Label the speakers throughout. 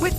Speaker 1: With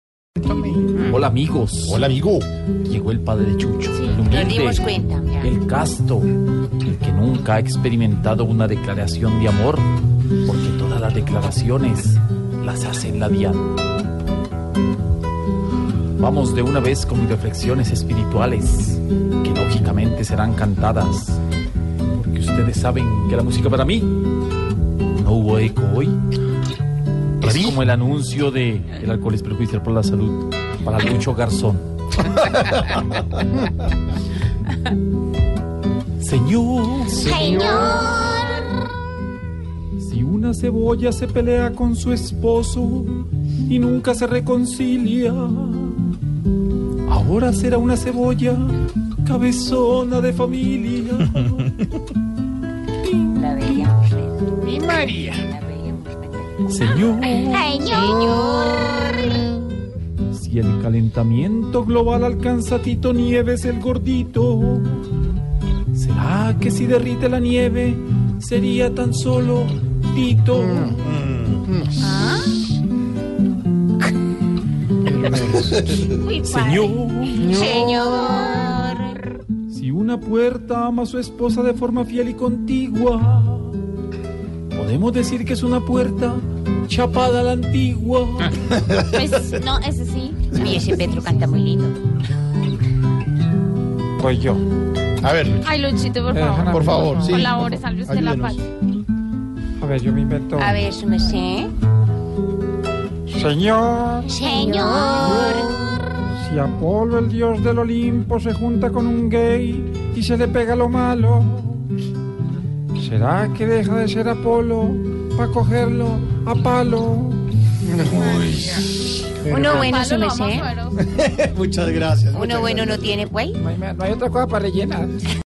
Speaker 2: Hola amigos.
Speaker 3: Mm. Hola amigo.
Speaker 2: Llegó el padre Chucho.
Speaker 4: Sí,
Speaker 2: el
Speaker 4: nos dimos cuenta. mira.
Speaker 2: El casto. El que nunca ha experimentado una declaración de amor. Porque todas las declaraciones las hace en la diana. Vamos de una vez con reflexiones espirituales. Que lógicamente serán cantadas. Porque ustedes saben que la música para mí no hubo eco hoy. Es
Speaker 3: ¿Para mí?
Speaker 2: como el anuncio de el alcohol es perjudicial por la salud para Lucho Garzón. Señor, si una cebolla se pelea con su esposo y nunca se reconcilia, ahora será una cebolla cabezona de familia.
Speaker 4: La veíamos.
Speaker 3: Mi María.
Speaker 4: La veíamos.
Speaker 2: Señor, si el calentamiento global alcanza a Tito Nieves el gordito, ¿será que si derrite la nieve sería tan solo Tito?
Speaker 5: ¿Ah?
Speaker 4: Muy padre.
Speaker 2: Señor,
Speaker 4: Señor.
Speaker 2: si una puerta ama a su esposa de forma fiel y contigua, podemos decir que es una puerta chapada a la antigua.
Speaker 4: Pues no, ese sí. Oye, ese Petro canta muy lindo.
Speaker 2: Pues yo.
Speaker 3: A ver,
Speaker 5: Ay, Luchito, por
Speaker 2: Eh, Hanna,
Speaker 5: favor.
Speaker 3: por favor, sí.
Speaker 5: Colabore, salve usted la
Speaker 3: Ayúdenos.
Speaker 5: patria.
Speaker 2: A ver, yo me invento.
Speaker 4: A ver, su merced.
Speaker 2: Señor,
Speaker 4: Señor.
Speaker 2: si Apolo, el dios del Olimpo, se junta con un gay y se le pega lo malo, ¿será que deja de ser Apolo para cogerlo a palo?
Speaker 4: Uno bueno, su
Speaker 5: Palo, lo vamos
Speaker 4: merced.
Speaker 5: a ver.
Speaker 3: Muchas gracias.
Speaker 4: Uno bueno no tiene, pues.
Speaker 2: No hay, otra cosa para rellenar.